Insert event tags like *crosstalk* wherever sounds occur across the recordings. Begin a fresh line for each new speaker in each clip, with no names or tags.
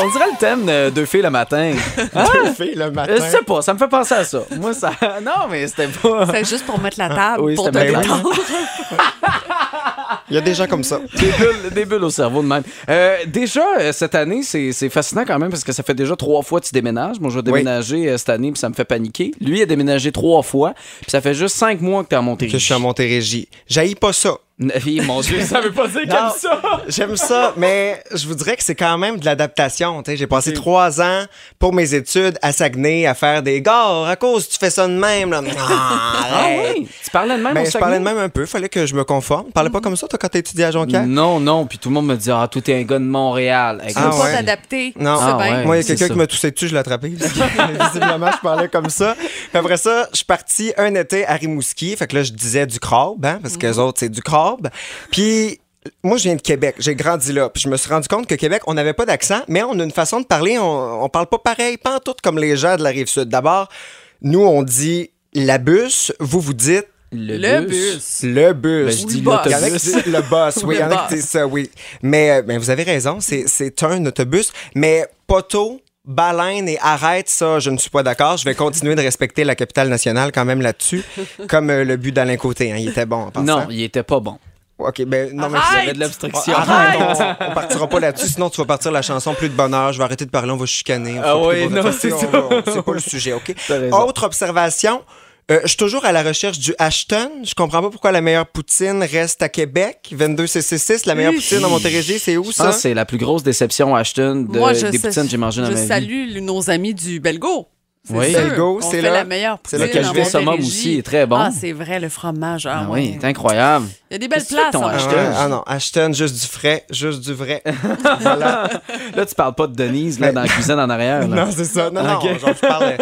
On dirait le thème de Deux filles le
*laughs*
matin. Hein?
Deux filles le matin.
Je sais pas, ça me fait penser à ça. Moi, ça. *laughs* Non, mais c'était pas. Ah,
C'est juste pour mettre la table,
Oui,
pour te
c'était bien.
détendre.
Il y a des gens comme ça.
Des bulles, des bulles au cerveau de même. Euh, déjà, euh, cette année, c'est c'est fascinant quand même parce que ça fait déjà trois fois que tu déménages. Moi, je vais déménager euh, cette année puis ça me fait paniquer. Lui, il a déménagé trois fois puis ça fait juste cinq mois que t'es à
Que je
Montérégie. *laughs*
suis à Montérégie. J'haïs pas ça.
Oui, mon Dieu, ça veut pas dire qu'il aime
Non.
ça.
J'aime ça, mais je vous dirais que c'est quand même de l'adaptation. tu sais. J'ai passé trois ans pour mes études à Saguenay à faire des gars. À cause, tu fais ça de même. Là. Ah,
Ah
arrête.
oui? Tu parlais de même au
Ben,
Saguenay?
je
Mm-hmm.
parlais de même un peu. Fallait que je me conforme. Parlais pas comme ça, toi, quand t'étudiais à Jonquière?
Non, non, puis tout le monde me dit Ah, tout est un gars de Montréal. Hey,
Tu
Ah
peux pas
ouais.
t'adapter.
Non,
c'est
Ah
bien.
ouais.
moi, il y a
c'est
quelqu'un
ça.
qui m'a toussé dessus, je l'ai attrapé. *laughs* Visiblement, je parlais comme ça. Puis après ça, je suis parti un été à Rimouski. Fait que là, je disais du crabe, hein, parce que
Mhm.
les autres, c'est du crabe. Puis. Moi, je viens de Québec. J'ai grandi là. Puis je me suis rendu compte que Québec, on n'avait pas d'accent, mais on a une façon de parler. On, on parle pas pareil, pas en tout comme les gens de la rive sud. D'abord, nous, on dit la bus. Vous, vous dites
Le bus.
le bus.
Ben, je dis
Il y en a qui
l'autobus.
disent Le boss, oui.
Le
Il y en a qui
boss.
disent ça, oui. Mais euh, ben, vous avez raison, c'est- c'est un autobus. Mais poteau, baleine et arrête, ça, je ne suis pas d'accord. Je vais continuer de respecter la capitale nationale quand même
*laughs*
là-dessus, comme euh, le but d'Alain Côté. hein. Il était bon en passant. Ah,
Non, il était pas bon.
OK, ben non,
Il y
mais
Arrête!
avait de l'obstruction.
Ah,
Arrête, on, on partira pas là-dessus, sinon tu vas partir la chanson Plus de bonheur, je vais arrêter de parler, on va chicaner. on
Ah
fait
oui,
plus de
non,
bonheur.
c'est
On
ça.
va- C'est pas le sujet, OK?
T'as raison.
Autre observation, euh, je suis toujours à la recherche du Ashton. Je comprends pas pourquoi la meilleure poutine reste à Québec. 22CC6, la meilleure
Hi.
poutine à ah, Montérégie, c'est où
Je pense
ça?
que c'est la plus grosse déception Ashton de,
Moi, je
des
sais-
poutines que j'ai mangé dans
je
ma vie.
salue nos amis du Belgo. C'est
Oui.
sûr,
Belgo,
on
c'est
fait
là-
la meilleure
c'est là
poutine
que je
en
vais.
Le summum
Montérégie.
aussi est très bon.
Ah, c'est vrai, le fromage. Ah,
Ah
ouais.
oui, c'est incroyable.
Il y a des belles
Qu'est-ce que
places. hein.
ton
en
Ah,
Ashton?
Montérégie.
ouais, ah non, Ashton, juste du frais, juste
*laughs*
du vrai. Voilà.
Là, tu parles pas de Denise là, dans la cuisine en arrière. là.
*laughs* Non, c'est ça. Non, non, genre, je parlais.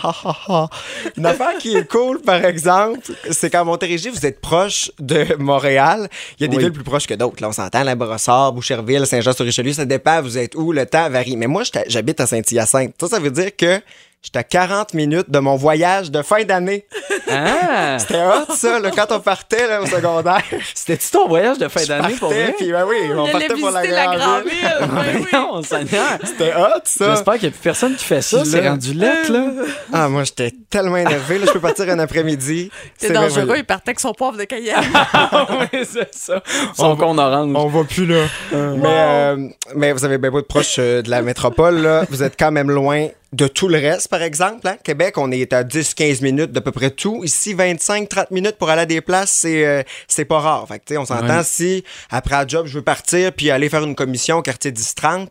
Ha, ha, ha. Une affaire qui est cool, par exemple, c'est qu'à Montérégie, vous êtes proche de Montréal. Il y a des
Oui.
villes plus proches que d'autres. Là, on s'entend, la Brossard, Boucherville, Saint-Jean-sur-Richelieu, ça dépend, vous êtes où, le temps varie. Mais moi, j'étais- j'habite à Saint-Hyacinthe. Ça, ça veut dire que j'étais à 40 minutes de mon voyage de fin d'année.
Ah!
C'était hot, ça, là, quand on partait là, au secondaire.
C'était-tu ton voyage de fin d'année pour
Partait,
vrai?
puis ben oui, on
Il allait
partait pour la
visiter
grande
*laughs*
ville.
ville. Ben oui.
Non, Seigneur.
C'était hot, ça.
J'espère qu'il n'y a plus personne qui fait ça.
Puis
C'est
là-
rendu lettre,
*laughs*
là.
Ah, moi, j'étais tellement énervé. Là, je peux partir un après-midi.
C'est dangereux, il partait avec son poivre de Cayenne.
Ah.
Ah
oui, c'est ça. Son con orange.
On va plus là. Mais, euh, mais vous avez bien beau être proche euh, de la métropole. Là. Vous êtes quand même loin de tout le reste, par exemple. hein. Québec, on est à 10-15 minutes de peu près tout. Ici, 25-30 minutes pour aller à des places, c'est euh, c'est pas rare. Fait que, tu sais, on s'entend
Ouais.
si, après un job, je veux partir puis aller faire une commission au quartier 10-30.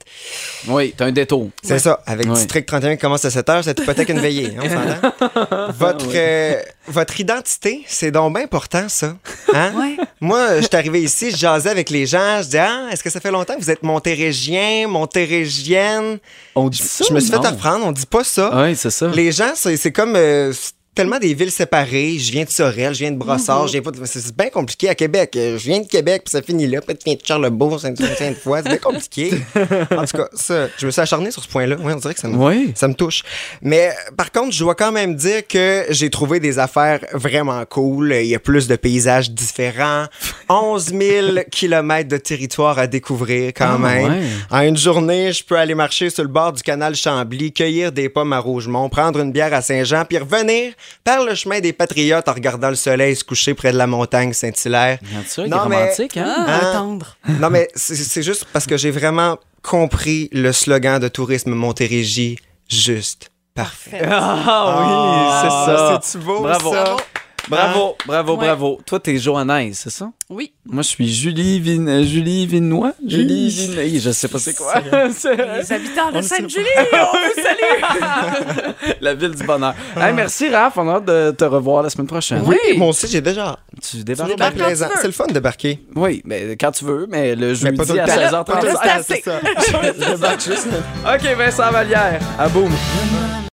Oui, t'as un détour.
C'est ça, avec
Ouais.
District 31 qui commence à 7 heures, cette hypothèque une veillée, hein, on
*laughs* Ah
s'entend? Votre, euh, votre identité, c'est donc bien important, ça. Hein?
Ouais.
Moi, je suis arrivé ici, je jasais avec les gens, je dis Ah, est-ce que ça fait longtemps que vous êtes montérégien, montérégienne?
On dit ça.
je me suis
non?
fait reprendre, on dit pas ça.
Oui, c'est ça.
Les gens, c'est c'est comme euh, c'est tellement des villes séparées. Je viens de Sorel, je viens de Brossard,
Mhm.
je viens pas de- C'est c'est bien compliqué à Québec. Euh, Je viens de Québec, puis ça finit là. Peut-être que tu viens de Charlebourg, sainte sainte fois C'est
*laughs*
bien compliqué. en tout cas, ça, je me suis acharné sur ce point-là. Oui, on dirait que ça me,
Oui.
ça me touche. Mais euh, par contre, je dois quand même dire que j'ai trouvé des affaires vraiment cool. Il y a plus de
*laughs*
paysages différents. 11 000 kilomètres de territoire à découvrir quand
Ah,
même.
ouais.
En une journée, je peux aller marcher sur le bord du canal Chambly, cueillir des pommes à Rougemont, prendre une bière à Saint-Jean, puis revenir par le chemin des Patriotes en regardant le soleil se coucher près de la
*laughs*
montagne Saint-Hilaire.
Regarde ça, il est
Non, mais-
romantique, hein?
Ah,
Hein?
attendre.
Non, mais c'est- c'est juste parce que j'ai vraiment compris le slogan de Tourisme Montérégie, juste parfait.
Parfait.
Ah oui, Ah c'est ça.
C'est-tu beau,
Bravo.
ça?
Bravo, bravo,
Ouais.
bravo. Toi, t'es Johannaise, c'est ça?
Oui.
Moi, je suis Julie, Vin... euh, Julie Vinois. Julie Vinois. Je sais pas c'est quoi. C'est- *laughs*
Les habitants de Sainte-Julie, on vous salue.
La ville du bonheur. Hey, merci, Raph. On a hâte de te revoir la semaine prochaine.
Oui.
Moi aussi, j'ai déjà. hâte.
Tu
C'est
débarques.
vraiment
quand tu
plaisant.
veux.
C'est le fun de débarquer.
Oui, mais quand tu veux, mais le
Mais
jeudi
pas tout le
à
temps.
Ah,
Pas tout le temps.
16h35. *laughs*
C'est ça. Je débarque juste.
OK, Vincent Vallière, à boum.
Le matin,